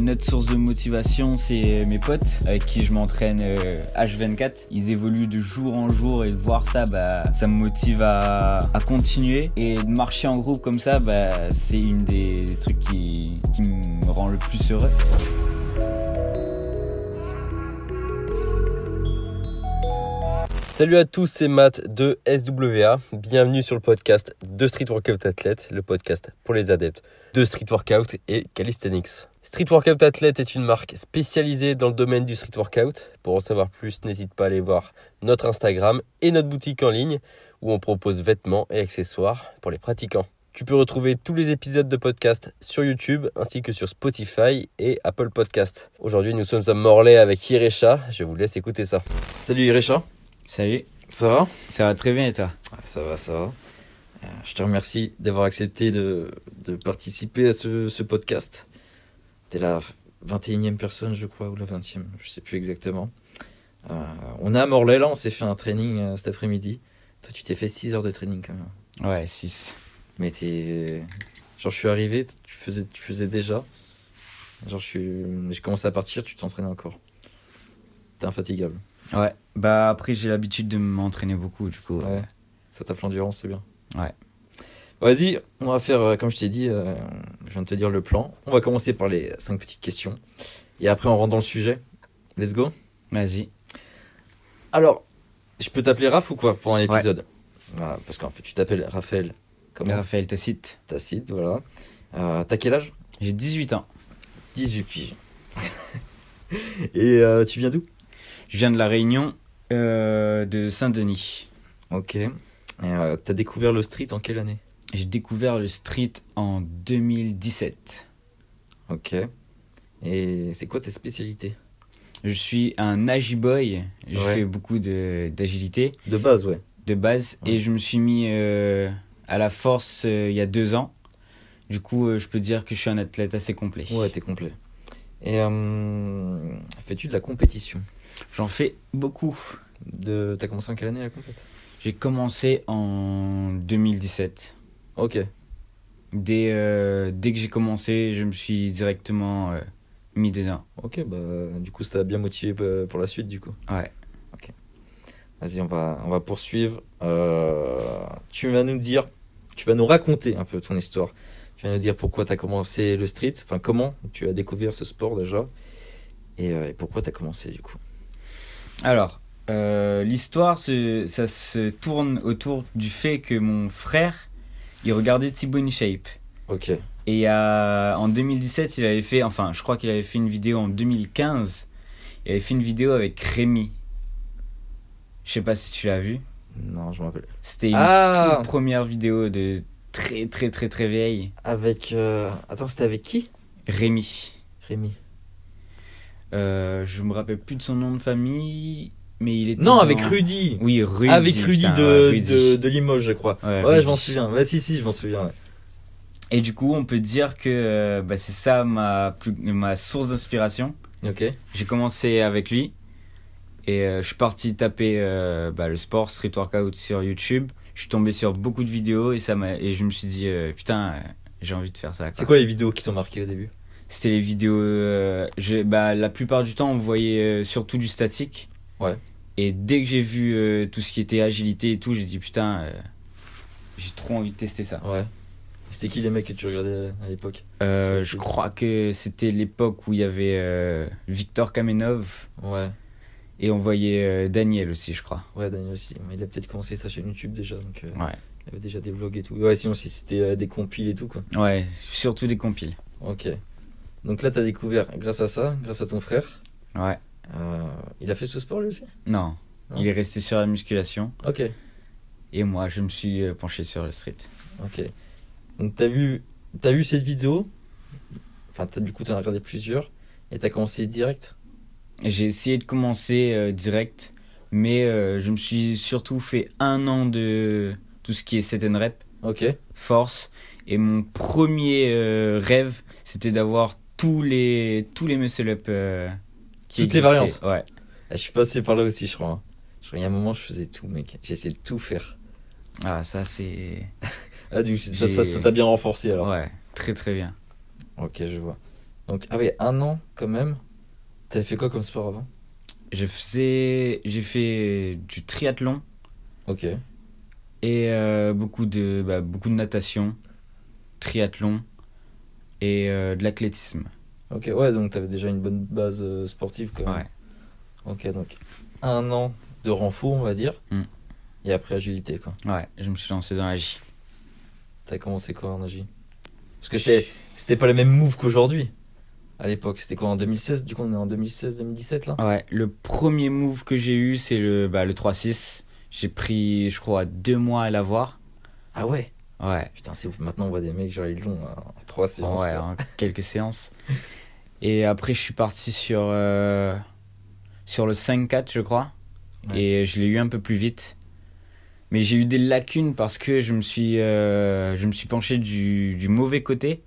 notre source de motivation, c'est euh, mes potes avec qui je m'entraîne euh, H24. Ils évoluent de jour en jour et de voir ça, bah, ça me motive à, à continuer. Et de marcher en groupe comme ça, bah, c'est une des, des trucs qui, qui me rend le plus heureux. Salut à tous, c'est Matt de SWA. Bienvenue sur le podcast de Street Workout Athlète, le podcast pour les adeptes de Street Workout et Calisthenics. Street Workout Athlète est une marque spécialisée dans le domaine du street workout. Pour en savoir plus, n'hésite pas à aller voir notre Instagram et notre boutique en ligne où on propose vêtements et accessoires pour les pratiquants. Tu peux retrouver tous les épisodes de podcast sur YouTube ainsi que sur Spotify et Apple Podcast. Aujourd'hui, nous sommes à Morlaix avec Irecha. Je vous laisse écouter ça. Salut Irecha. Salut, Ça va ça va très bien et toi Ça va, ça va. Euh, Je te remercie d'avoir accepté de, de participer à ce, ce podcast. Tu es la 21e personne, je crois, ou la 20e, je sais plus exactement. Euh, on a à Morlaix, là, on s'est fait un training euh, cet après-midi. Toi, tu t'es fait 6 heures de training quand même. Ouais, 6. Mais t'es. Genre, je suis arrivé, tu faisais, tu faisais déjà. Genre, je suis. J'ai commencé à partir, tu t'entraînais encore. T'es infatigable. Ouais, bah après j'ai l'habitude de m'entraîner beaucoup du coup. Ouais. Ça tape l'endurance, c'est bien. Ouais. Vas-y, on va faire, euh, comme je t'ai dit, euh, je viens de te dire le plan. On va commencer par les cinq petites questions. Et après, on rentre dans le sujet. Let's go. Vas-y. Alors, je peux t'appeler Raph ou quoi pendant l'épisode Voilà, Ah, Parce qu'en fait, tu t'appelles Raphaël. Comment Raphaël Tacite. Tacite, voilà. Euh, T'as quel âge J'ai 18 ans. 18 piges. Et euh, tu viens d'où Je viens de la Réunion euh, de Saint-Denis. Ok. Et, euh, T'as découvert le street en quelle année J'ai découvert le street en 2017. Ok. Et c'est quoi tes spécialités Je suis un agiboy. Je Ouais. fais beaucoup de- d'agilité De base, ouais. de, base Ouais. et je me suis mis euh, à la force euh, il y a deux ans. Du coup, euh, je peux dire que je suis un athlète assez complet. Ouais, t'es complet. Et euh, fais-tu de la compétition J'en fais beaucoup. De... T'as commencé en quelle année la compète J'ai commencé en 2017. Ok. Dès, euh, dès que j'ai commencé, je me suis directement euh, mis dedans. Ok, bah du coup ça t'a bien motivé euh, pour la suite du coup. Ouais. Vas-y, on va, on va poursuivre. Euh, tu vas nous dire, tu vas nous raconter un peu ton histoire. Tu vas nous dire pourquoi t'as commencé le street, enfin comment tu as découvert ce sport déjà, et, euh, et pourquoi t'as commencé du coup. Alors, euh, l'histoire, se- ça se tourne autour du fait que mon frère, il regardait Thibaut InShape. Ok. Et euh, en 2017, il avait fait, enfin, je crois qu'il avait fait une vidéo en 2015. Il avait fait une vidéo avec Rémi. Je sais pas si tu l'as vu. Non, je me rappelle. C'était une Ah toute première vidéo de très très très très vieille. Avec. euh, Attends, c'était avec qui Rémi. Rémi. Euh, je me rappelle plus de son nom de famille, mais il était. Non, avec dans- Rudy. Oui, Rudy. avec Rudy, putain, de, ouais, Rudy. De, de Limoges, je crois. Ouais, Ouais, Rudy. je m'en souviens. Ouais, si, si, je m'en souviens. ouais. Et du coup, on peut dire que euh, bah, c'est ça ma, plus- ma source d'inspiration. Ok. J'ai commencé avec lui et euh, je suis parti taper euh, bah, le sport, street workout sur YouTube. Je suis tombé sur beaucoup de vidéos et, ça m'a- et je me suis dit, euh, putain, euh, j'ai envie de faire ça. quoi. C'est quoi les vidéos qui t'ont marqué au début C'était les vidéos. euh, je- bah, la plupart du temps, on voyait euh, surtout du statique. Ouais. Et dès que j'ai vu euh, tout ce qui était agilité et tout, j'ai dit putain, euh, j'ai trop envie de tester ça. Ouais. C'était qui les mecs que tu regardais à l'époque Euh, je crois que c'était l'époque où il y avait euh, Victor Kamenov Ouais. et on voyait euh, Daniel aussi, je crois. Ouais, Daniel aussi. Mais il a peut-être commencé sa chaîne YouTube déjà, donc euh, Ouais. il avait déjà des vlogs et tout. Ouais, sinon si c'était euh, des compiles et tout quoi. Ouais, surtout des compiles. Ok. Donc là, t'as découvert grâce à ça, grâce à ton frère. Ouais. Euh, il a fait ce sport lui aussi Non. Non. Il est resté sur la musculation Ok. et moi, je me suis euh, penché sur le street. Ok. Donc t'as vu, t'as vu cette vidéo. Enfin, t'as- du coup, t'en as regardé plusieurs et t'as commencé direct. J'ai essayé de commencer euh, direct, mais euh, je me suis surtout fait un an de tout ce qui est set and rep, Ok. force. Et mon premier euh, rêve, c'était d'avoir tous les, tous les muscle-up euh, qui Toutes les existaient. variantes. Ouais. Ah, je suis passé par là aussi, je crois. hein. Je crois qu'il y a un moment, je faisais tout, mec. J'essayais de tout faire. Ah, ça, c'est. Ah, du, ça, ça, J'ai- ça t'a bien renforcé alors. Ouais, très très bien. Ok, je vois. Donc, ah oui, un an quand même. T'avais fait quoi comme sport avant Je faisais, j'ai fait du triathlon Ok. et euh, beaucoup de, bah, beaucoup de natation, triathlon et euh, de l'athlétisme. Ok, ouais, donc t'avais déjà une bonne base euh, sportive quand même. Ouais. Ok, donc un an de renfort, on va dire. Mm. Et après, agilité, quoi. Ouais, je me suis lancé dans la J. T'as commencé quoi en agi Parce que c'était c'était pas le même move qu'aujourd'hui. À l'époque, c'était quoi en 2016 Du coup, on est en 2016-2017 là Ouais, le premier move que j'ai eu, c'est le, bah, le 3-6. J'ai pris, je crois, deux mois à l'avoir. Ah ouais Ouais, Putain, c'est ouf. Maintenant, on voit des mecs, genre, ils l'ont hein, en 3 séances. ouais, quoi. en hein, quelques séances. Et après, je suis parti sur, euh, sur le 5-4, je crois. Ouais. Et je l'ai eu un peu plus vite. Mais j'ai eu des lacunes parce que je me suis, euh, je me suis penché du, du mauvais côté.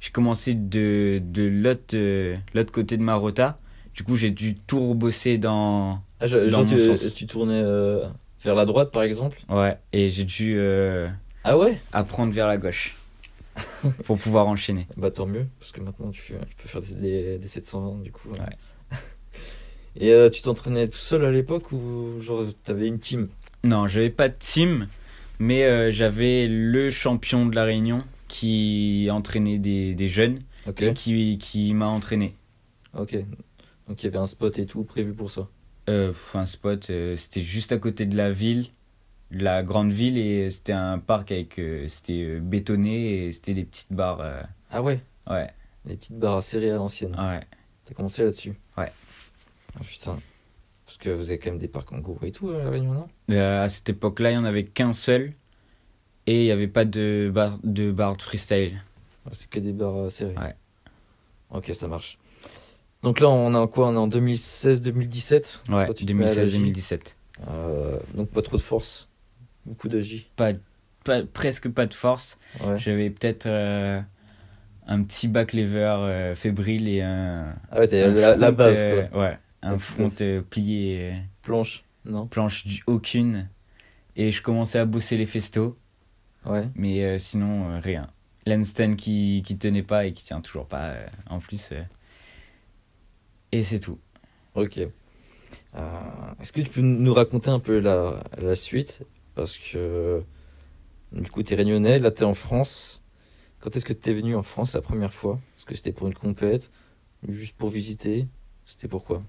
J'ai commencé de, de l'autre euh, l'autre côté de ma rota. Du coup, j'ai dû tout rebosser dans. Ah, je- Dans genre, mon tu, sens. tu tournais euh, vers la droite, par exemple Ouais, et j'ai dû euh, Ah ouais apprendre vers la gauche pour pouvoir enchaîner. Bah, tant mieux, parce que maintenant, tu, tu peux faire des, des, des 720, du coup. Ouais. Et euh, tu t'entraînais tout seul à l'époque ou genre t'avais une team Non, j'avais pas de team, mais euh, j'avais le champion de la Réunion qui entraînait des, des jeunes Ok. et qui, qui m'a entraîné. Ok. Donc il y avait un spot et tout prévu pour ça. Euh, pff, un spot, euh, c'était juste à côté de la ville, de la grande ville, et c'était un parc avec. euh, c'était euh, bétonné et c'était des petites barres. euh, Ah ouais ouais, Les petites barres à serrer à l'ancienne. ouais. T'as commencé là-dessus Ouais. Ah, putain. Parce que vous avez quand même des parcs en cours et tout à La Réunion, non Euh, à cette époque-là, il y en avait qu'un seul et il n'y avait pas de barre de, barre de freestyle. Ah, C'est que des barres à serrer. Ouais. Ok, ça marche. Donc là, on est en quoi On est en 2016-2017 Ouais, Toi, tu te mets à la 2016-2017. Euh, Donc pas trop de force. Beaucoup d'agi. Pas, pas, presque pas de force. Ouais. J'avais peut-être euh, un petit back lever euh, fébrile et un. Ah ouais, t'as un la, la front, base, euh, quoi. Ouais, un La front base. euh, plié, euh, Planche, non planche du- aucune. Et je commençais à bosser les festos, Ouais. mais euh, sinon, euh, rien. Lansden qui, qui tenait pas et qui tient toujours pas euh, en plus. euh. Et c'est tout. Ok. Euh, Est-ce que tu peux nous raconter un peu la, la suite Parce que du coup, tu es réunionnais, là, tu es en France. Quand est-ce que tu es venu en France la première fois Est-ce que c'était pour une compète Juste pour visiter C'était pourquoi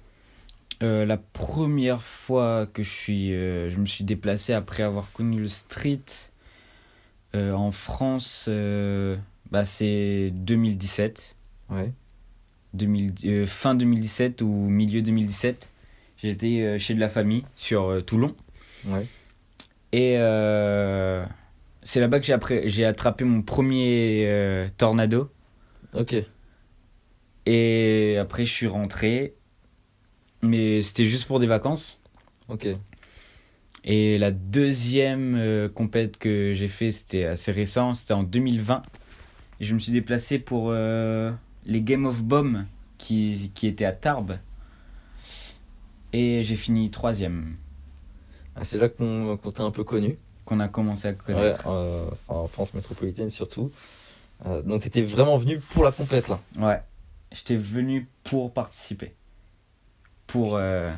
Euh, la première fois que je, suis, euh, je me suis déplacé après avoir connu le street euh, en France, euh, bah, c'est 2017. Ouais. 2000 euh, fin 2017 ou milieu 2017. J'étais euh, chez de la famille sur euh, Toulon. Ouais. Et euh, c'est là-bas que j'ai appré- j'ai attrapé mon premier euh, tornado. Ok. Et après, je suis rentré. Mais c'était juste pour des vacances. Ok. Et la deuxième euh, compète que j'ai fait, c'était assez récent, c'était en 2020. Et je me suis déplacé pour euh, les Game of Bomb qui, qui étaient à Tarbes. Et j'ai fini troisième, Ah, C'est là qu'on qu'on t'a un peu connu. qu'on a commencé à Ouais, connaître. euh, enfin, en France métropolitaine surtout. Euh, donc, tu étais vraiment venu pour la compète là. Ouais. J'étais venu pour participer. Pour. euh,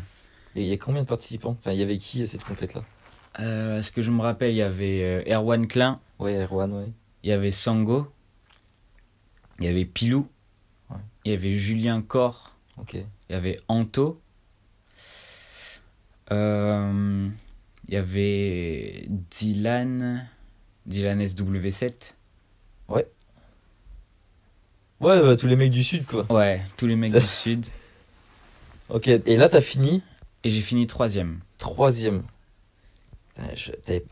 Et il y a combien de participants Enfin, il y avait qui à cette compète là euh, ce que je me rappelle, il y avait euh, Erwan Klein, Ouais, Erwan, ouais. il y avait Sango, il y avait Pilou, Ouais. il y avait Julien Cor. Ok. Il y avait Anto. Euh, il y avait Dylan. Dylan SW7. Ouais, bah, tous les mecs du Sud quoi. Ouais, tous les mecs du Sud. Ok, et là t'as fini Et j'ai fini troisième. troisième. Putain, je- T'avais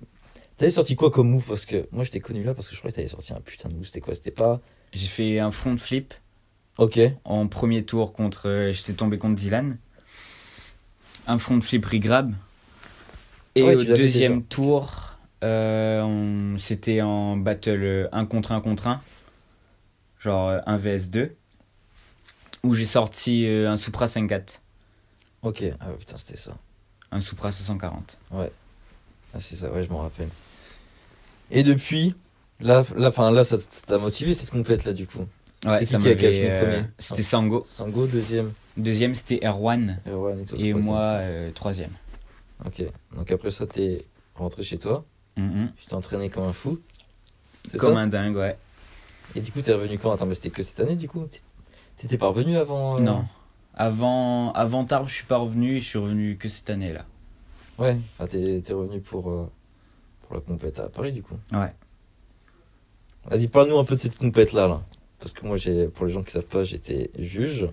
t'avais sorti quoi comme move Parce que moi je t'ai connu là parce que je croyais que t'avais sorti un putain de move. C'était quoi C'était pas. J'ai fait un front flip Ok, en premier tour contre. euh, J'étais tombé contre Dylan. Un front flip regrab. Et Ouais, au tu l'avais deuxième tour, euh, on- c'était en battle 1 contre 1 contre 1. Genre 1 vs 2. Où j'ai sorti euh, un Supra 5-4. ok. Ah ouais, putain, c'était ça. Un Supra 540. Ah, c'est ça, ouais, je m'en rappelle. Et depuis, là, là, enfin, là ça t- ça t'a motivé cette compète là du coup. Ouais, C'est ça qui qui a m'avait, fini euh, premier C'était Sango. Sango, deuxième. Deuxième, c'était Erwan. Erwan et toi, Et troisième. moi, euh, troisième. Ok. Donc après ça, t'es rentré chez toi. Mhm. Tu t'es entraîné comme un fou. C'est Comme ça un dingue, ouais. Et du coup, t'es revenu quand Attends, mais c'était que cette année, du coup T'é- T'étais pas revenu avant euh, Non. Avant, avant Tarbes, je suis pas revenu et je suis revenu que cette année-là. Ouais. Enfin, t'es t'es revenu pour, euh, pour la compète à Paris, du coup. Ouais. Vas-y, parle-nous un peu de cette compète-là, là. Parce que moi, j'ai, pour les gens qui savent pas, j'étais juge.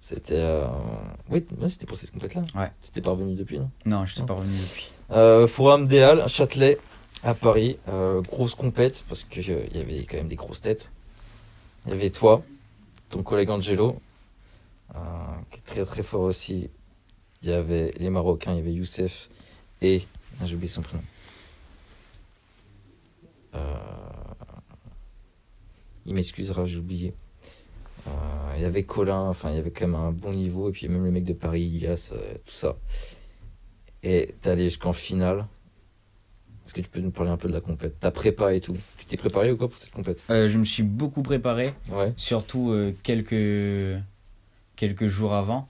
C'était. euh, Oui, ouais, c'était pour cette compète-là. Ouais. T'étais pas revenu depuis, non Non, je suis pas revenu depuis. Euh, Forum des Halles, Châtelet, à Paris. Euh, grosse compète, parce qu'il y avait quand même des grosses têtes. Il y avait toi, ton collègue Angelo, euh, qui est très très fort aussi. Il y avait les Marocains, il y avait Youssef et. ah, J'ai oublié son prénom. Euh, il m'excusera, j'ai oublié. Euh, il y avait Colin, enfin il y avait quand même un bon niveau, et puis même le mec de Paris, Ilias, euh, tout ça. Et t'es allé jusqu'en finale. Est-ce que tu peux nous parler un peu de la compète Ta prépa et tout. Tu t'es préparé ou quoi pour cette compète Euh, je me suis beaucoup préparé, Ouais. surtout euh, quelques, quelques jours avant.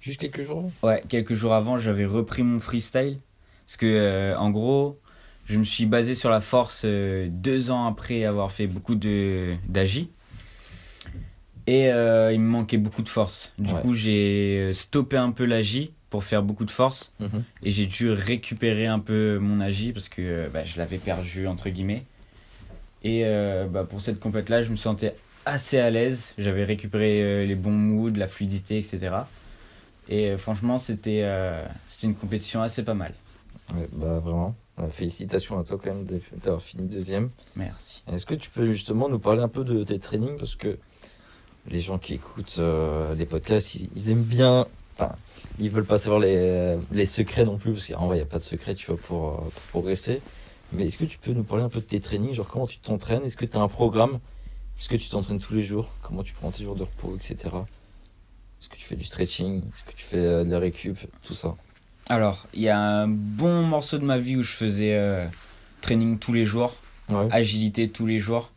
Juste quelques jours Ouais, quelques jours avant, j'avais repris mon freestyle. Parce que, euh, en gros, je me suis basé sur la force euh, deux ans après avoir fait beaucoup de d'agi. Et euh, il me manquait beaucoup de force. Du Ouais. coup, j'ai euh, stoppé un peu l'agi pour faire beaucoup de force. Mhm. Et j'ai dû récupérer un peu mon agi parce que euh, bah, je l'avais perdu, entre guillemets. Et euh, bah, pour cette compète-là, je me sentais assez à l'aise. J'avais récupéré euh, les bons moods, la fluidité, etc. Et euh, franchement, c'était euh, c'était une compétition assez pas mal. Ouais, bah vraiment. Euh, Félicitations à toi quand même d'être- d'avoir fini deuxième. Merci. Est-ce que tu peux justement nous parler un peu de tes trainings Parce que les gens qui écoutent euh, les podcasts, ils, ils aiment bien. Enfin, ils veulent pas savoir les, les secrets non plus, parce qu'en vrai, il n'y a pas de secret, tu vois, pour, euh, pour progresser. Mais est-ce que tu peux nous parler un peu de tes trainings Genre, comment tu t'entraînes Est-ce que tu as un programme Est-ce que tu t'entraînes tous les jours Comment tu prends tes jours de repos, etc. Est-ce que tu fais du stretching Est-ce que tu fais euh, de la récup Tout ça. Alors, il y a un bon morceau de ma vie où je faisais euh, training tous les jours, Ouais. agilité tous les jours,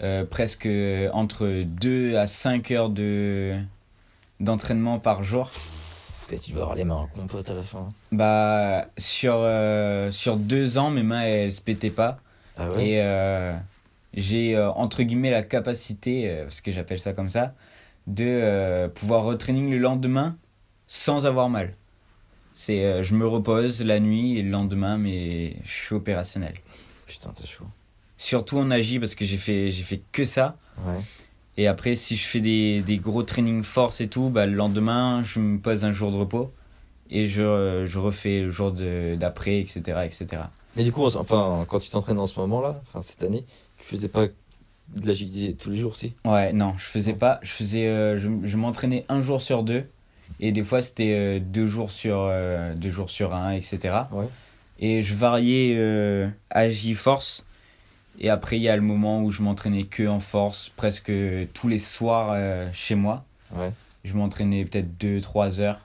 euh, presque entre 2 à 5 heures de- d'entraînement par jour. Peut-être tu vas avoir les mains en compote à la fin. Bah, sur, euh, sur deux ans, mes mains, elles se pétaient pas. Ah ouais Et euh, j'ai, euh, entre guillemets, la capacité, euh, parce que j'appelle ça comme ça, de euh, pouvoir retraining le lendemain sans avoir mal. C'est, euh, je me repose la nuit et le lendemain, mais je suis opérationnel. Putain, t'es chaud. Surtout en agit parce que j'ai fait, j'ai fait que ça. Ouais. Et après, si je fais des, des gros training force et tout, bah, le lendemain, je me pose un jour de repos et je, euh, je refais le jour de- d'après, etc., etc. Mais du coup, on s- enfin, quand tu t'entraînes en ce moment-là, enfin cette année, tu faisais pas de l'agilité tous les jours aussi. Ouais, non, je faisais pas. Je faisais, euh, je, je m'entraînais un jour sur deux et des fois c'était euh, deux jours sur euh, deux jours sur un, etc. Ouais. Et je variais euh, agi force. Et après, il y a le moment où je m'entraînais que en force, presque tous les soirs euh, chez moi. Ouais. Je m'entraînais peut-être 2-3 heures,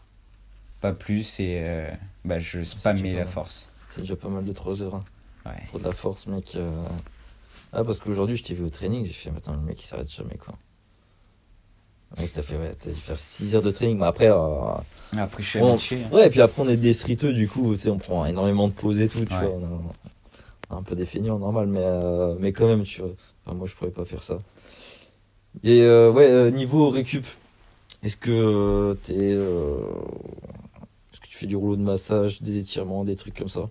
pas plus, et euh, bah, je spammais déjà pas la mal. force. C'est déjà pas mal de 3 heures hein, Ouais. pour de la force, mec. euh. Ah, parce qu'aujourd'hui, je t'ai vu au training, j'ai fait, attends, le mec, il s'arrête jamais, quoi. Mec, t'as fait, ouais, t'as dû faire 6 heures de training, mais après, euh, Après, je suis Bon. habitué, hein. ouais, et puis après, on est des streeteux, du coup, tu sais, on prend énormément de pauses et tout, tu Ouais. vois. On a- on a un peu des feignants, normal, mais, euh, mais quand même, tu vois. Enfin, moi, je pourrais pas faire ça. Et euh, ouais, euh, niveau récup, est-ce que euh, t'es. euh, Est-ce que tu fais du rouleau de massage, des étirements, des trucs comme ça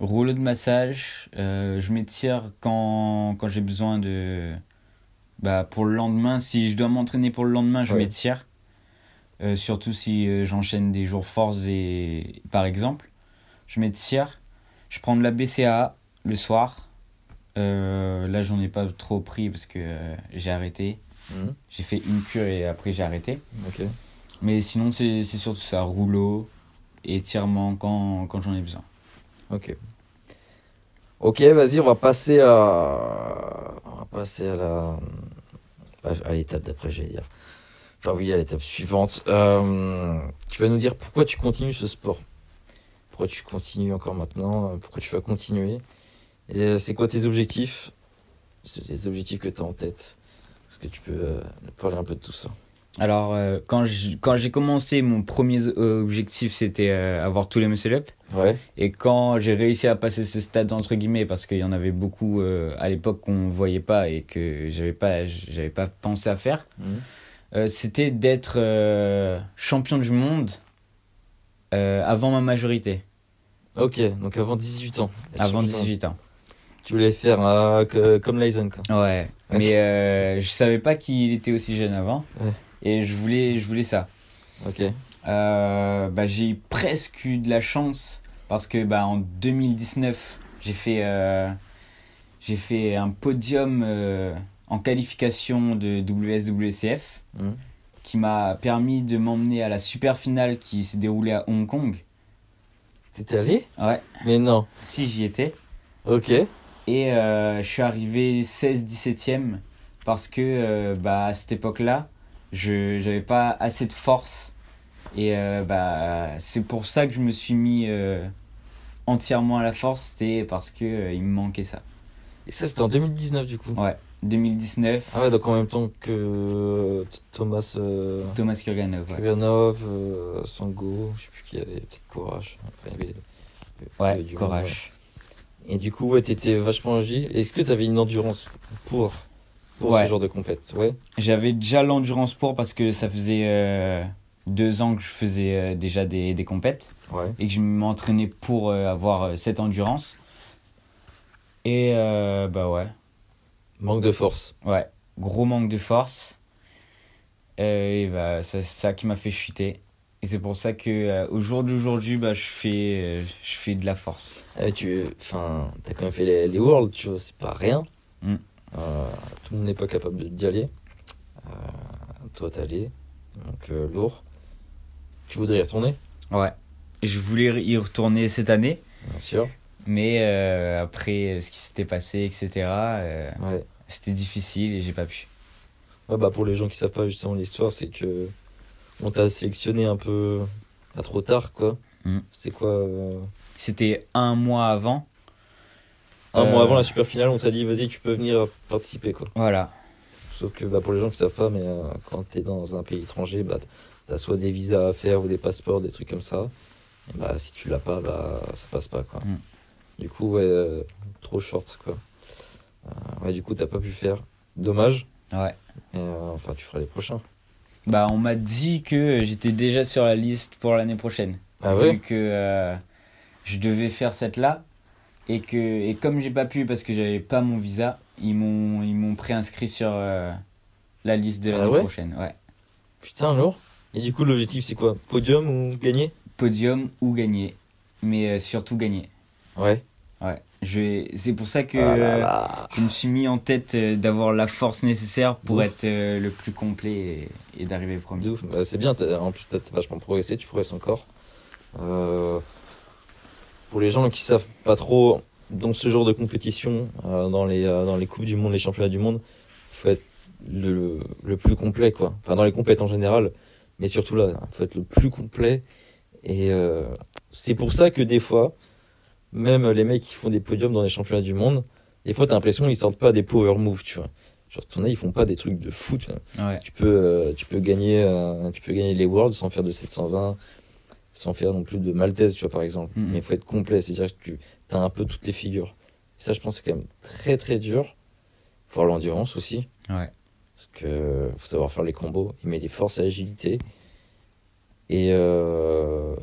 Rouleau de massage, euh, je m'étire quand, quand j'ai besoin de. Bah, pour le lendemain, si je dois m'entraîner pour le lendemain, je Ouais. m'étire. Euh, surtout si euh, j'enchaîne des jours forts, et, par exemple. Je m'étire, je prends de la BCA le soir. Euh, là, j'en ai pas trop pris parce que euh, j'ai arrêté. Mhm. J'ai fait une cure et après j'ai arrêté. Ok. Mais sinon, c'est c'est surtout ça rouleau, étirement quand, quand j'en ai besoin. Ok. Ok, vas-y, on va passer à. On va passer à la. à- À l'étape d'après, j'allais dire. Enfin, oui, à l'étape suivante. Euh, tu vas nous dire pourquoi tu continues ce sport Pourquoi tu continues encore maintenant euh, Pourquoi tu vas continuer Et euh, c'est quoi tes objectifs C'est les objectifs que tu as en tête Est-ce que tu peux euh, nous parler un peu de tout ça Alors, euh, quand je- quand j'ai commencé, mon premier euh, objectif, c'était euh, avoir tous les muscle-up. Ouais. Et quand j'ai réussi à passer ce stade entre guillemets, parce qu'il y en avait beaucoup euh, à l'époque qu'on voyait pas et que j'avais pas, j'avais pas pensé à faire, Mhm. euh, c'était d'être euh, champion du monde euh, avant ma majorité, Ok, donc avant 18 ans. avant 18 ans. Tu voulais faire euh, que- comme Lyson, quoi. Ouais. Ok. Mais euh, je savais pas qu'il était aussi jeune avant. Ouais. Et je voulais, je voulais ça. Ok. Euh, bah, j'ai presque eu de la chance parce que bah, en 2019, j'ai fait, euh, j'ai fait un podium euh, en qualification de WSWCF Mhm. qui m'a permis de m'emmener à la super finale qui s'est déroulée à Hong Kong. T'étais allé Ouais, Mais non. si j'y étais. Ok. Et euh, je suis arrivé 16-17ème parce que euh, bah, à cette époque-là, je n'avais pas assez de force. Et euh, bah, c'est pour ça que je me suis mis euh, entièrement à la force, c'était parce que euh, il me manquait ça. Et ça, c'était en 2019, du coup. Ouais. 2019, Ah ouais, donc en même temps que euh, Thomas euh, Thomas Kurganov. ouais. Kubrianov, euh, Sango, je sais plus qui y avait, peut-être Courage. Enfin, il y avait- euh, il y Ouais, avait du monde, ouais. courage. Et du coup, ouais, t'étais vachement agile. Est-ce que t'avais une endurance pour, pour Ouais. ce genre de compète Ouais. J'avais déjà l'endurance pour parce que ça faisait euh, deux ans que je faisais euh, déjà des, des compètes. Ouais. et que je m'entraînais pour euh, avoir euh, cette endurance. Et euh, bah ouais, Manque de force. ouais, gros manque de force. Euh, et bah c'est ça qui m'a fait chuter. Et c'est pour ça que euh, au jour d'aujourd'hui, bah, je fais, euh, je fais de la force. Ah, mais tu, enfin, t'as quand même fait les, les Worlds, tu vois, c'est pas rien. Mm. Euh, tout le monde n'est pas capable de- d'y aller. Euh, toi, t'es allé, donc euh, lourd. Tu voudrais y retourner Ouais. Je voulais y retourner cette année, Bien sûr. mais euh, après euh, ce qui s'était passé, etc., euh, Ouais. c'était difficile et j'ai pas pu. Ouais, bah, pour les gens qui savent pas justement l'histoire, c'est que on t'a sélectionné un peu pas trop tard, quoi. Mm. C'est quoi euh, C'était un mois avant. Un Euh, mois avant la super finale, on t'a dit vas-y, tu peux venir participer, quoi. Voilà. Sauf que bah, pour les gens qui savent pas, mais euh, quand tu es dans un pays étranger, bah, tu as soit des visas à faire ou des passeports, des trucs comme ça. Et bah, si tu l'as pas, bah, ça passe pas. Quoi. Mm. Du coup, ouais, euh, trop short. Quoi. Euh, ouais, du coup, t'as pas pu faire. Dommage. Ouais. Mais, euh, enfin, tu feras les prochains. Bah, on m'a dit que j'étais déjà sur la liste pour l'année prochaine. Ah Vu ouais que euh, je devais faire cette là. Et, que, et comme j'ai pas pu parce que j'avais pas mon visa, ils m'ont, ils m'ont préinscrit sur euh, la liste de Ah l'année ouais prochaine. Ouais. Putain, lourd. Et du coup, l'objectif, c'est quoi Podium ou gagner Podium ou gagner. Mais euh, surtout gagner. Ouais. Ouais. Je vais- C'est pour ça que Ah là euh, là. je me suis mis en tête euh, d'avoir la force nécessaire pour Ouf. être euh, le plus complet et, et d'arriver premier. De ouf. Bah, c'est bien, t'as- en plus t'as t'as vachement progressé, tu progresses encore. Euh, pour les gens qui savent pas trop, dans ce genre de compétition, euh, dans, les, euh, dans les Coupes du Monde, les Championnats du Monde, faut être le, le plus complet, quoi. Enfin, dans les compètes en général, mais surtout là, faut être le plus complet. Et euh, c'est pour ça que des fois, même les mecs qui font des podiums dans les Championnats du Monde, des fois t'as l'impression qu'ils sortent pas des power moves, tu vois. Genre, t'en as, ils font pas des trucs de fou, tu vois Ouais. tu peux euh, tu peux gagner euh, tu peux gagner les worlds sans faire de 720 sans faire non plus de maltaise tu vois par exemple Mhm. mais il faut être complet c'est à dire que tu as un peu toutes les figures ça je pense que c'est quand même très très dur faut avoir l'endurance aussi Ouais. parce que faut savoir faire les combos il met les forces et agilité et euh,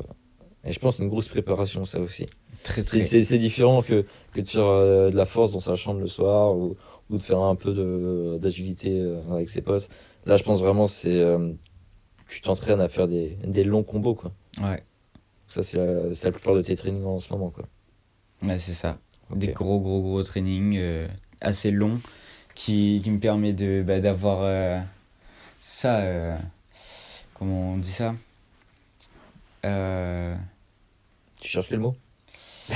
et je pense que c'est une grosse préparation ça aussi Très, c'est- très. C'est c'est différent que, que de faire euh, de la force dans sa chambre le soir ou, ou de faire un peu de- d'agilité euh, avec ses potes. Là, je pense vraiment c'est euh, tu t'entraînes à faire des, des longs combos quoi. Ouais. Ça c'est la, c'est la plupart de tes trainings en ce moment quoi. Ouais, c'est ça. Ok. des gros gros gros trainings euh, assez longs qui, qui me permet de bah, d'avoir euh, ça euh, comment on dit ça Euh, Tu cherches quel mot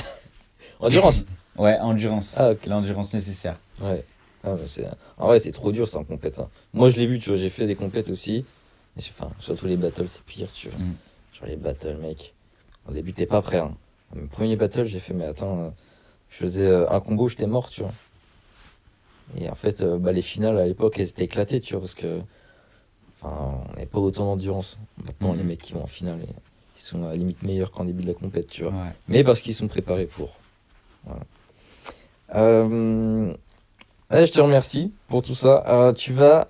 Endurance. ouais endurance Ah, ok. l'endurance nécessaire Ouais. Ah, mais c'est- en vrai, c'est trop dur ça en compète. hein. Moi, je l'ai vu, tu vois, j'ai fait des compètes aussi. Mais c'est- enfin, surtout les battles, c'est pire, tu vois. Mm. Genre les battles, mec. Au début, t'es pas prêt. Hein. Mon premier battle, j'ai fait, mais attends, euh, je faisais euh, un combo, j'étais mort, tu vois. Et en fait, euh, bah, les finales à l'époque, elles étaient éclatées, tu vois, parce que enfin, on n'avait pas autant d'endurance. Maintenant, les Mhm. mecs qui vont en finale, ils sont à la limite meilleurs qu'en début de la compète, tu vois. Ouais. Mais parce qu'ils sont préparés pour. Voilà. Euh, ouais, je te remercie pour tout ça. Euh, tu vas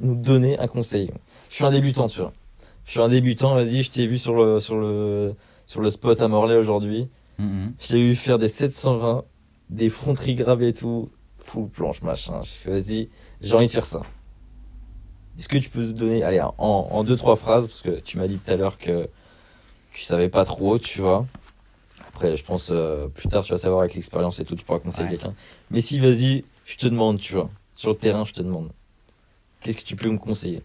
nous donner un conseil. Je suis un débutant, tu vois. Je suis un débutant, vas-y, je t'ai vu sur le, sur le, sur le spot à Morlaix aujourd'hui. Mhm. Je t'ai vu faire des 720, des fronteries graves et tout, full planche, machin. J'ai fait, vas-y, j'ai envie de faire ça. Est-ce que tu peux nous donner, allez, en, en deux, trois phrases, parce que tu m'as dit tout à l'heure que tu savais pas trop, tu vois. Après, je pense, euh, plus tard, tu vas savoir avec l'expérience et tout, tu pourras conseiller Ouais. quelqu'un. Mais si, vas-y, je te demande, tu vois. Sur le terrain, je te demande. Qu'est-ce que tu peux me conseiller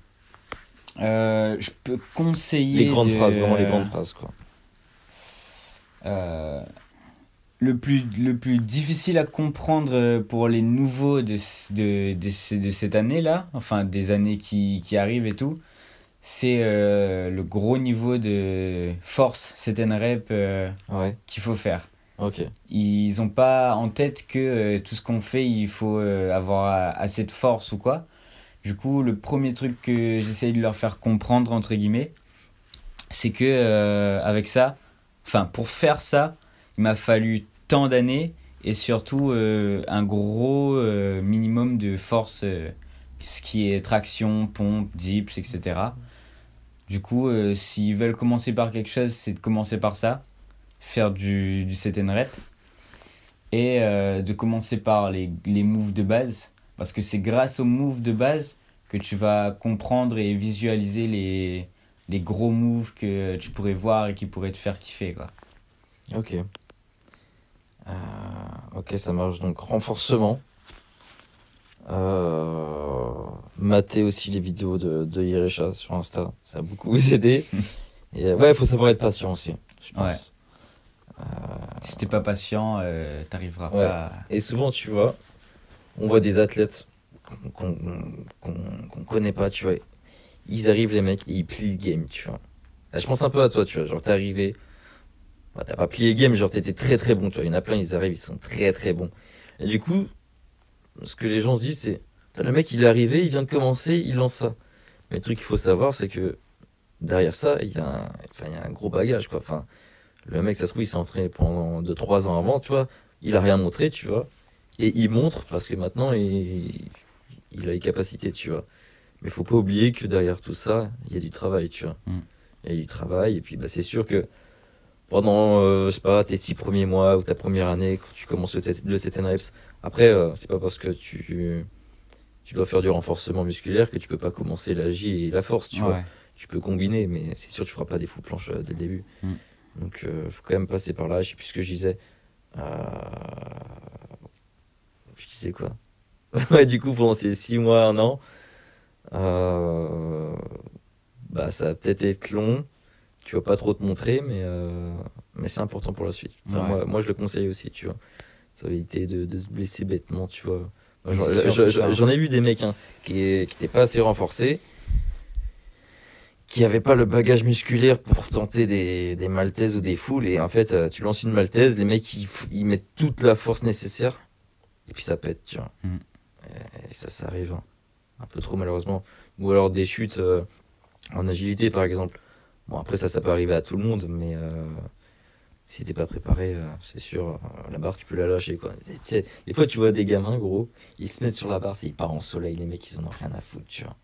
Euh, je peux conseiller. Les grandes de- phrases, vraiment les grandes phrases, quoi. Euh, le plus, le plus difficile à comprendre euh, pour les nouveaux de, c- de, de, c- de cette année-là, enfin des années qui, qui arrivent et tout, c'est euh, le gros niveau de force, c'est un rep euh, Ouais, qu'il faut faire. ok. Ils n'ont pas en tête que euh, tout ce qu'on fait, il faut euh, avoir euh, assez de force ou quoi. Du coup, le premier truc que j'essaye de leur faire comprendre, entre guillemets, c'est que euh, avec ça, enfin, pour faire ça, il m'a fallu tant d'années et surtout euh, un gros euh, minimum de force, euh, ce qui est traction, pompe, dips, etc. Du coup, euh, s'ils veulent commencer par quelque chose, c'est de commencer par ça, faire du, du set and rep et euh, de commencer par les, les moves de base parce que c'est grâce aux moves de base que tu vas comprendre et visualiser les, les gros moves que tu pourrais voir et qui pourraient te faire kiffer quoi. Ok. Euh, ok, ça marche. Donc, renforcement. Euh, matez aussi les vidéos de, de Irecha sur Insta. Ça a beaucoup vous aider. Et, euh, ouais, il faut savoir être patient aussi, je pense. Si t'es pas patient, euh, t'arriveras Ouais. pas. à- Et souvent, tu vois, on voit des athlètes qu'on qu'on qu'on- qu'on connaît pas, tu vois. Ils arrivent, les mecs, et ils plient le game, tu vois. Là, je pense un peu à toi, tu vois. Genre, t'es arrivé, bah, t'as pas plié le game, genre, t'étais très très bon, tu vois. Il y en a plein, ils arrivent, ils sont très très bons. Et du coup, ce que les gens se disent, c'est Putain, le mec, il est arrivé, il vient de commencer, il lance ça. Mais le truc qu'il faut savoir, c'est que derrière ça, il y, a un, enfin, il y a un gros bagage, quoi. Enfin, le mec, ça se trouve, il s'est entraîné pendant 2-3 ans avant, tu vois il a rien montré, tu vois. Et il montre parce que maintenant, il, il a les capacités, tu vois. Mais faut pas oublier que derrière tout ça, il y a du travail, tu vois. Mm. Il y a du travail, et puis bah, c'est sûr que pendant, euh, je sais pas, tes six premiers mois ou ta première année, quand tu commences le, t- le 7 reps, après, euh, c'est pas parce que tu, tu dois faire du renforcement musculaire que tu peux pas commencer la J et la force, tu vois Ouais. tu peux combiner, mais c'est sûr, tu feras pas des fous planches euh, dès le début. Mm. Donc, euh, faut quand même passer par là. Je sais plus ce que je disais. Euh, Je disais quoi Ouais, du coup, pendant ces 6 mois, 1 an, euh, bah, ça va peut-être être long. Tu vas pas trop te montrer, mais, euh, mais c'est important pour la suite. Enfin, Ouais. moi, moi, je le conseille aussi, tu vois. Ça va éviter de, de se blesser bêtement, tu vois. Moi, j'en- C'est j'en- surtout j'en- ça. J'en ai vu des mecs hein, qui n'étaient pas assez renforcés, qui n'avaient pas le bagage musculaire pour tenter des, des maltaises ou des foules. Et en fait, euh, tu lances une maltaise, les mecs, ils, f- ils mettent toute la force nécessaire, et puis ça pète, tu vois. Mm. Et ça, ça arrive. hein. Un peu trop, malheureusement. Ou alors des chutes euh, en agilité, par exemple. Bon, après, ça, ça peut arriver à tout le monde, mais euh, si t'es pas préparé, euh, c'est sûr, euh, la barre, tu peux la lâcher, quoi. Tu sais, Des fois, tu vois des gamins, gros, ils se mettent sur la barre, c'est- ils partent en soleil, les mecs, ils en ont rien à foutre, tu vois.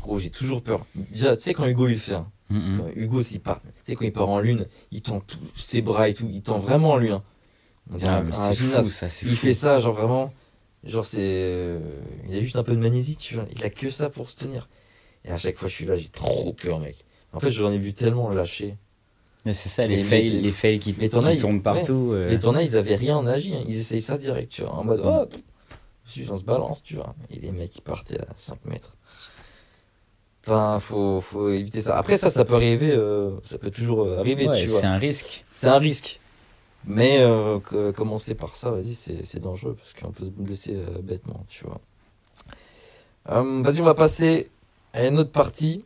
Gros, j'ai toujours peur. Déjà, tu sais, quand Hugo, il le fait, hein, Mhm. quand Hugo, s'il part, tu sais, quand il part en lune, il tend tout, ses bras et tout, il tend vraiment en lui, hein. On dirait Ah, un- mais un c'est fou gymnaste. ça, c'est Il fou. fait ça, genre vraiment. Genre, c'est. euh, Il a juste un peu de magnésie, tu vois. Il a que ça pour se tenir. Et à chaque fois, je suis là, j'ai trop peur, mec. En fait, j'en ai vu tellement lâcher. Mais c'est ça, les, Mais- fails, mais- les fails qui, mais t'en qui as, ils- tournent partout. euh. Les tournages, ils avaient rien en agi. hein. Ils essayent ça direct, tu vois. En mode, oh, pff, juste on se balance, tu vois. Et les mecs, ils partaient à 5 mètres. Enfin, faut, faut éviter ça. Après, ça, ça peut arriver. euh, ça peut toujours euh, arriver, Ouais, tu vois. c'est un risque. C'est un risque. Mais euh, que- commencer par ça, vas-y, c'est c'est dangereux parce qu'on peut se blesser euh, bêtement, tu vois. Euh, vas-y, on va passer à une autre partie.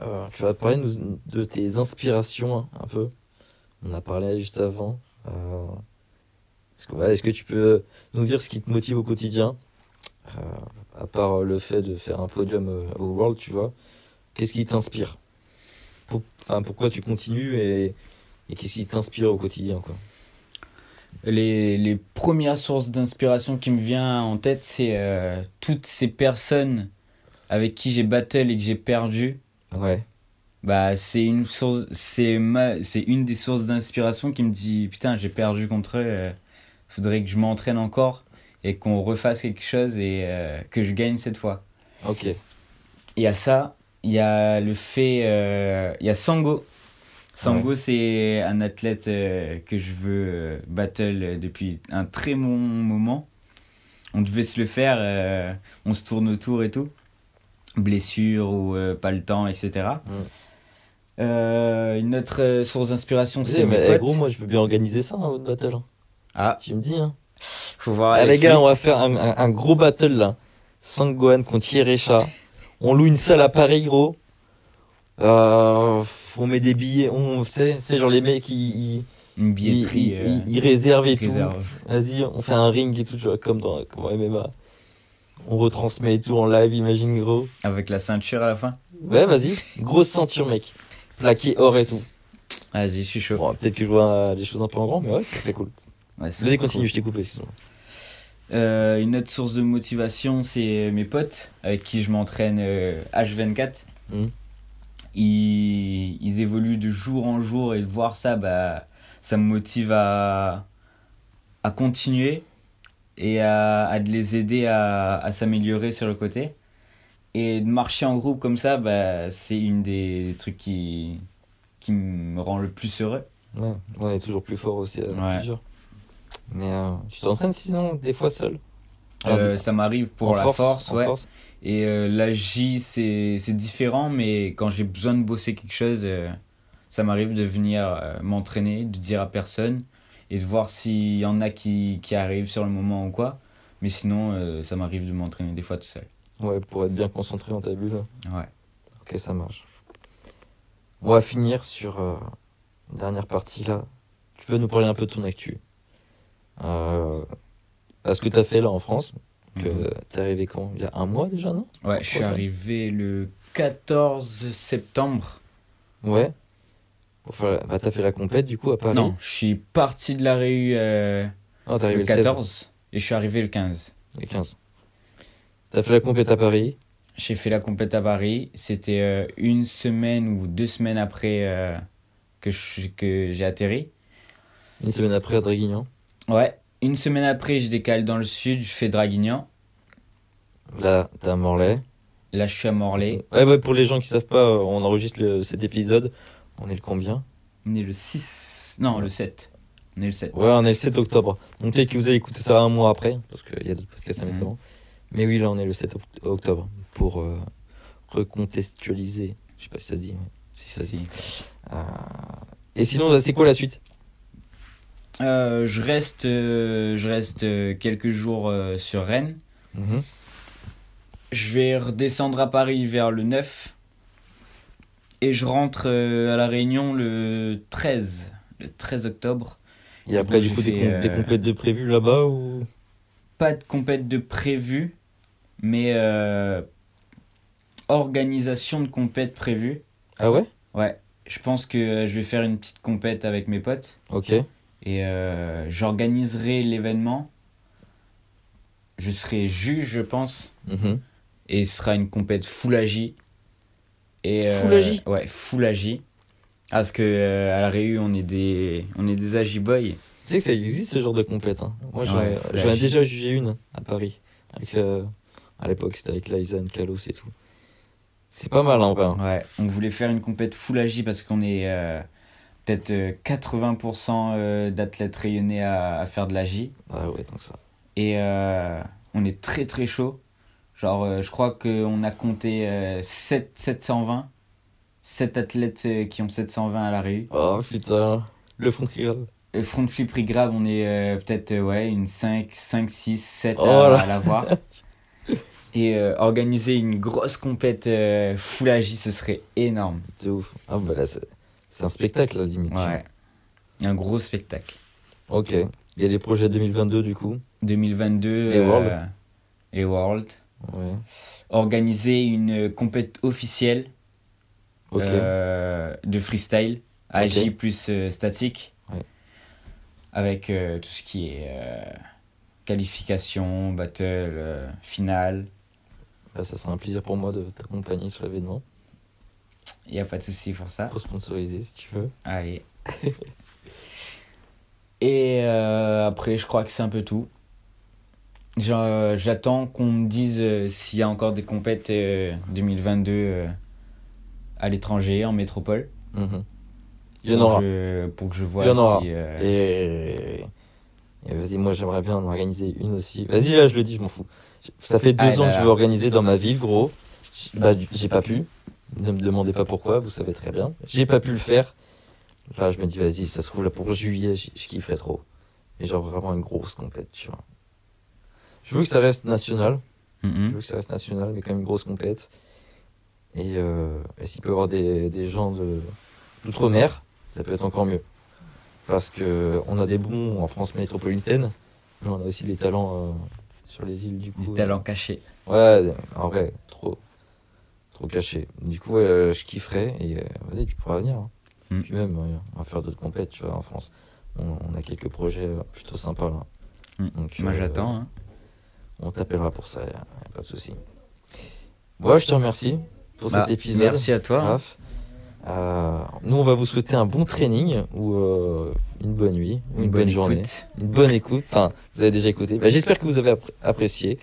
Euh, tu vas parler nous- de tes inspirations hein, un peu. On a parlé juste avant. Euh, Est-ce que, ouais, est-ce que tu peux nous dire ce qui te motive au quotidien euh, à part le fait de faire un podium euh, au World, tu vois, qu'est-ce qui t'inspire Pour- enfin, Pourquoi tu continues et, et qu'est-ce qui t'inspire au quotidien quoi Les, les premières sources d'inspiration qui me vient en tête, c'est euh, toutes ces personnes avec qui j'ai battle et que j'ai perdu. Ah Ouais, Bah, c'est une source, c'est ma, c'est une des sources d'inspiration qui me dit putain, j'ai perdu contre eux. euh, faudrait que je m'entraîne encore et qu'on refasse quelque chose et euh, que je gagne cette fois. ok. Il y a ça, il y a le fait, euh, il y a Sango. Sango, c'est un athlète euh, que je veux euh, battle euh, depuis un très bon moment. On devait se le faire, euh, on se tourne autour et tout. Blessure ou euh, pas le temps, etc. Mm. Euh, une autre euh, source d'inspiration, Tu c'est sais, mes mais eh, potes. gros, moi je veux bien organiser ça, hein, votre battle. hein. Ah, Tu me dis, hein. faut voir. Ah, avec les gars, lui. on va faire un, un- un gros battle là. Sangohan contre Yerecha. On loue une salle à Paris, gros. Euh, on met des billets, on, tu sais, c'est genre les mecs, ils, ils, une ils, billetterie. ils- euh, ils- ils réservent et tout. réserve. Vas-y, on fait un ring et tout, tu vois, comme dans, comme en MMA. On retransmet et tout en live, imagine, gros. Avec la ceinture à la fin. Ouais, vas-y. Grosse ceinture, mec. Plaqué or et tout. Vas-y, je suis chaud. Bon, peut-être que je vois euh, des choses un peu en grand, mais ouais, ça serait cool. Ouais, c'est Vas-y, cool. continue, je t'ai coupé, excuse-moi. Euh, une autre source de motivation, c'est mes potes avec qui je m'entraîne euh, H24. Mhm. Ils, ils évoluent de jour en jour et de voir ça, bah, ça me motive à, à continuer et à, à de les aider à, à s'améliorer sur le côté. Et de marcher en groupe comme ça, bah, c'est une des trucs qui, qui me rend le plus heureux. Ouais, on est toujours plus fort aussi à Ouais. plusieurs. Mais euh, tu t'entraînes sinon, des fois seul Euh, ça m'arrive pour En la force, en ouais. force. Et euh, la J, c'est c'est différent, mais quand j'ai besoin de bosser quelque chose, euh, ça m'arrive de venir euh, m'entraîner, de dire à personne et de voir s'il y en a qui, qui arrivent sur le moment ou quoi. Mais sinon, euh, ça m'arrive de m'entraîner des fois tout seul. Ouais, pour être bien concentré dans ta bulle. Ouais. Ok, ça marche. On va finir sur euh, une dernière partie là. Tu veux nous parler un peu de ton actu euh, à Ce que tu as fait là en France. Que Mhm. T'es arrivé quand Il y a un mois déjà, non Ouais, je suis Franchement. arrivé le 14 septembre. Ouais. Enfin, bah, t'as fait la compète du coup à Paris Non, je suis parti de la Réu euh, Ah, t'es arrivé le le, 16, 14 et je suis arrivé le 15. le 15. T'as fait la compète à Paris J'ai fait la compète à Paris. C'était euh, une semaine ou deux semaines après euh, que je- que j'ai atterri. Une semaine après à Draguignan. Ouais. Une semaine après, je décale dans le sud, je fais Draguignan. Là, t'as Morlaix. Là, je suis à Morlaix. Ouais, ouais, pour les gens qui savent pas, euh, on enregistre le- cet épisode. On est le combien On est le 6. Non, le 7. On est le 7. Ouais, on est le 7 octobre. Donc peut-être que vous allez écouter ça un mois après, parce qu'il y a d'autres podcasts à mettre Mhm. avant. Mais oui, là, on est le 7 oct- octobre pour euh, recontextualiser. Je sais pas si ça se dit. mais Si ça se dit. Si. Euh, Et sinon, là, c'est quoi la suite Euh, je reste, euh, je reste euh, quelques jours euh, sur Rennes. Mhm. Je vais redescendre à Paris vers le 9. Et je rentre euh, à La Réunion le 13. Le 13 octobre. Et après, j'ai du coup, des, fait, com- des euh, compètes de prévues là-bas ou pas de compète de prévu, mais euh, organisation de compète prévue. Ah ouais Ouais, je pense que euh, je vais faire une petite compète avec mes potes Ok. et euh, j'organiserai l'événement. Je serai juge, je pense, Mhm. et ce sera une compète full agi. Et euh, Full agi Ouais, full agi. Parce que euh, à la Réu, on est des on est des agi boys. Tu sais que ça existe ce genre de compète. Hein. Moi, j'en Ouais, faut la j'en ai ju- déjà jugé une à Paris. Avec, euh, à l'époque, c'était avec Lysan, Kalos et tout. C'est pas mal, hein, en vrai, hein. Ouais, on voulait faire une compète full agi parce qu'on est euh, peut-être euh, 80% euh, d'athlètes rayonnés à, à faire de l'agi. Ah ouais, donc ça. Et euh, on est très très chaud. Genre, euh, je crois qu'on a compté euh, 7, 720. 7 athlètes euh, qui ont 720 à la rue. Oh putain, le front grave. Euh, front flip regrab, on est euh, peut-être euh, ouais, une 5, 5, 6, 7 Oh à, là. à l'avoir. Et euh, organiser une grosse compète euh, full agi, ce serait énorme. C'est ouf. Ah bah là, c'est c'est un spectacle, à la limite. Ouais. Un gros spectacle. Ok. Il y a les projets 2022, du coup. 2022, Les euh, Worlds. et World, Ouais. organiser une compète officielle Ok. euh, de freestyle, AJ Ok. plus euh, statique, Ouais. avec euh, tout ce qui est euh, qualification, battle, euh, finale. Bah, ça sera un plaisir pour moi de t'accompagner sur l'événement. Il n'y a pas de souci pour ça. Pour sponsoriser, si tu veux. Allez. Et euh, après, je crois que c'est un peu tout. J'a- J'attends qu'on me dise euh, s'il y a encore des compètes euh, 2022 euh, à l'étranger, en métropole. Mhm. Il y en Pour aura. que je- pour que je Il y vois en aura. si. euh, Et, et vas-y, moi j'aimerais bien en organiser une aussi. Vas-y, là je le dis, je m'en fous. Ça fait deux Ah, ans là, que je là. veux organiser dans ma ville, gros. J'ai- Bah, du- j'ai pas pu. Ne me demandez pas pourquoi, vous savez très bien. J'ai pas pu le faire. Là, je me dis, vas-y, ça se trouve là pour juillet, j- je kifferais trop. Mais genre vraiment une grosse compète, tu vois. Je veux que ça reste national. Je mhm. veux que ça reste national, mais quand même une grosse compète. Et, euh, et s'il peut y avoir des, des gens de, d'outre-mer, ça peut être encore mieux. Parce que on a des bons en France métropolitaine, mais on a aussi des talents euh, sur les îles du coup. euh, Des talents cachés. Ouais, en vrai, trop. Trop caché. Du coup, euh, je kifferais. Et euh, vas-y, tu pourras venir. hein. Mm. Puis même, euh, on va faire d'autres compètes, tu vois, en France. On, on a quelques projets euh, plutôt sympas là. Mm. Donc, Moi, euh, j'attends. hein. on t'appellera pour ça, y a, y a pas de souci. Moi, je te remercie pour Bah, cet épisode. Merci à toi. hein. Raph. Euh, nous, on va vous souhaiter un bon training ou euh, une bonne nuit, une, bonne, bonne journée, écoute. une bonne écoute. Enfin, vous avez déjà écouté. Bah, J'espère que vous avez appré- apprécié.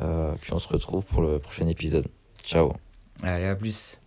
Euh, puis on se retrouve pour le prochain épisode. Ciao. Allez, à plus.